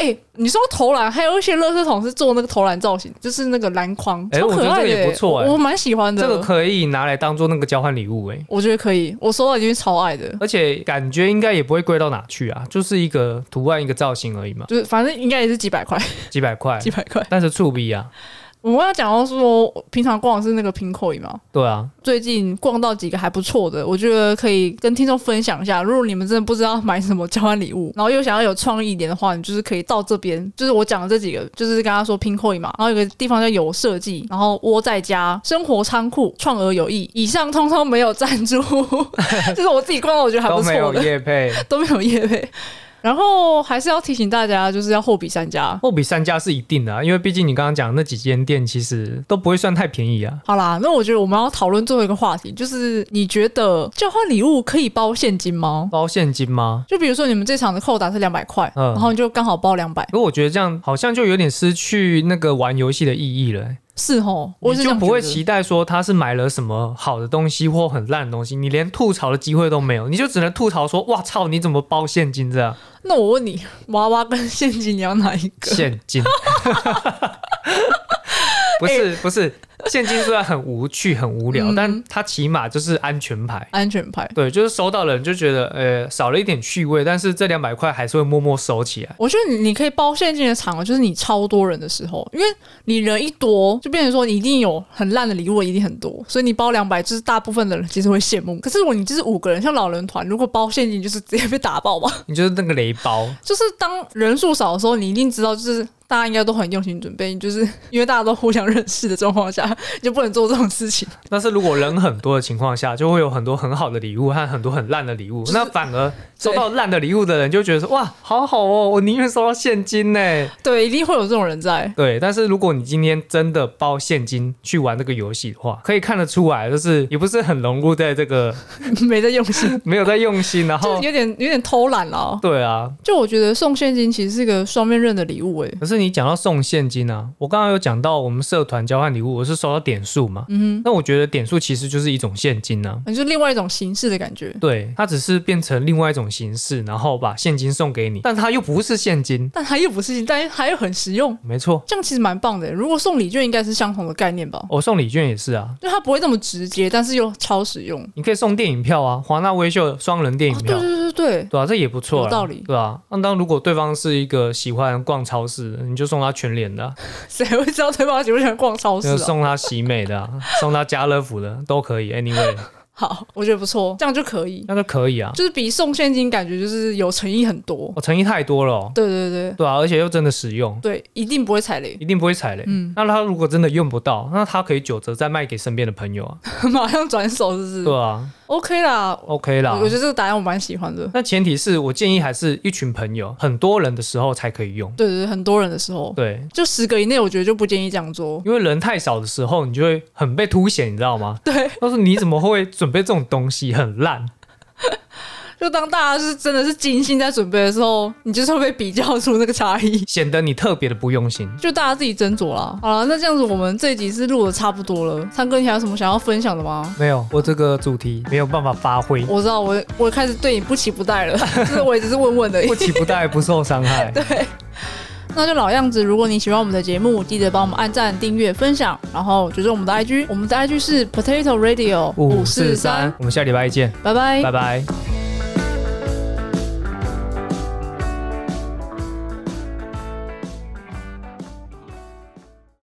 S1: 哎、你说投篮，还有一些垃圾桶是做那个投篮造型，就是那个篮筐，
S2: 哎
S1: 超可爱
S2: 我觉得这
S1: 的
S2: 个
S1: 耶、
S2: 也不错哎
S1: 我我蛮喜欢的。
S2: 这个可以拿来当做那个交换礼物哎、
S1: 我觉得可以，我收到已经超爱的，
S2: 而且感觉应该也不会贵到哪去啊，就是一个图案一个造型而已嘛，
S1: 就是反正应该也是几百块，
S2: 几百块。
S1: 几百块。
S2: 但是触笔啊，
S1: 我们要讲到说，平常逛的是那个 Pinkoi 嘛，
S2: 对啊，
S1: 最近逛到几个还不错的，我觉得可以跟听众分享一下。如果你们真的不知道买什么交换礼物，然后又想要有创意一点的话，你就是可以到这边，就是我讲的这几个，就是刚刚说拼会嘛，然后有个地方叫有设计，然后窝在家、生活仓库、创而有益，以上通通没有赞助， 就是我自己逛到我觉得还
S2: 都
S1: 不
S2: 没
S1: 错
S2: 有
S1: 的，
S2: 叶配。
S1: 都没有业费。然后还是要提醒大家，就是要货比三家。
S2: 货比三家是一定的、啊，因为毕竟你刚刚讲的那几间店其实都不会算太便宜啊。
S1: 好啦，那我觉得我们要讨论最后一个话题，就是你觉得交换礼物可以包现金吗？
S2: 包现金吗？
S1: 就比如说你们这场的扣打是两百块，
S2: 嗯
S1: 然后你就刚好包两百，
S2: 可我觉得这样好像就有点失去那个玩游戏的意义了欸、
S1: 是吼，我
S2: 你
S1: 是
S2: 就不会期
S1: 骑。
S2: 待说他是买了什么好的东西或很烂的东西，你连吐槽的机会都没有，你就只能吐槽说：“哇操，你怎么包现金 这样？”
S1: 那我问你，娃娃跟现金你要哪一个？
S2: 现金。 不是不是，现金虽然很无趣、很无聊，
S1: 嗯
S2: 但它起码就是安全牌。
S1: 安全牌。
S2: 对，就是收到了人就觉得，呃，少了一点趣味，但是这两百块还是会默默收起来。
S1: 我觉得你你可以包现金的场合，就是你超多人的时候，因为你人一多，就变成说你一定有很烂的礼物，一定很多，所以你包两百，就是大部分的人其实会羡慕。可是如果你就是五个人，像老人团，如果包现金，就是直接被打爆吧。
S2: 你就是那个雷包，
S1: 就是当人数少的时候，你一定知道，就是大家应该都很用心准备，就是因为大家都互相认识的状况下， 你就不能做这种事情。
S2: 但是如果人很多的情况下，就会有很多很好的礼物和很多很烂的礼物。
S1: 就是
S2: 那反而收到烂的礼物的人就觉得说，哇，好好哦，我宁愿收到现金呢。
S1: 对，一定会有这种人在。
S2: 对，但是如果你今天真的包现金去玩这个游戏的话，可以看得出来，就是也不是很融入在这个，
S1: 没在用 心，
S2: 没有在用心，然
S1: 就
S2: 后
S1: 是有点有点偷懒了。
S2: 对啊。
S1: 就我觉得送现金其实是一个双面刃的礼物、欸，
S2: 可是你讲到送现金啊，我刚刚有讲到我们社团交换礼物，我是收到点数嘛。嗯，那我觉得点数其实就是一种现金啊呢、
S1: 就是另外一种形式的感觉。
S2: 对，它只是变成另外一种形式，然后把现金送给你，但它又不是现金。
S1: 但它又不是，但它又很实用，
S2: 没错，
S1: 这样其实蛮棒的。欸如果送礼券，应该是相同的概念吧？
S2: 我送礼券也是啊，
S1: 就它不会这么直接，但是又超实用。
S2: 你可以送电影票啊，华纳威秀双人电
S1: 哦对
S2: 影，票，
S1: 对对对
S2: 对啊，这也不错啦，
S1: 有道理
S2: 对啊。那当如果对方是一个喜欢逛超市的，你就送他全脸的啊、
S1: 对， 谁会知道对方喜不喜欢逛超市
S2: 就
S1: 啊？
S2: 送他喜美的啊、送他家乐福的都可以，anyway，
S1: 好，我觉得不错，这样就可以，
S2: 那就可以啊。
S1: 就是比送现金感觉就是有诚意很多。
S2: 我诚意太多了、哦，
S1: 对对对
S2: 对啊，而且又真的实用，
S1: 对，一定不会踩雷，
S2: 一定不会踩雷。
S1: 嗯
S2: 那他如果真的用不到，那他可以九折再卖给身边的朋友啊，
S1: 马上转手是不是、
S2: 对啊
S1: o k 啦。
S2: ，OK 啦
S1: 我。我觉得这个答案我蛮喜欢的。
S2: 那前提是我建议还是一群朋友，很多人的时候才可以用，
S1: 对对对，很多人的时候，
S2: 对，嗯
S1: 就十个以内，我觉得就不建议这样做。
S2: 因为人太少的时候，你就会很被凸显，你知道吗？
S1: 对，
S2: 他说你怎么会准备这种东西，很烂。
S1: 就当大家是真的是精心在准备的时候，你就是会被比较出那个差异。
S2: 显得你特别的不用心。
S1: 就大家自己斟酌啦。好了，那这样子我们这一集是录的差不多了。三哥，你还有什么想要分享的吗？
S2: 没有，我这个主题没有办法发挥，
S1: 我知道，我我开始对你不期不待了，就是我也只是问问而已
S2: 不。期不待，不受伤害。
S1: 那就老样子，如果你喜欢我们的节目，记得帮我们按赞、订阅、分享，然后追踪我们的 IG，我们的 IG 是 Potato Radio
S2: 五四三，我们下礼拜见，
S1: 拜拜
S2: 拜拜。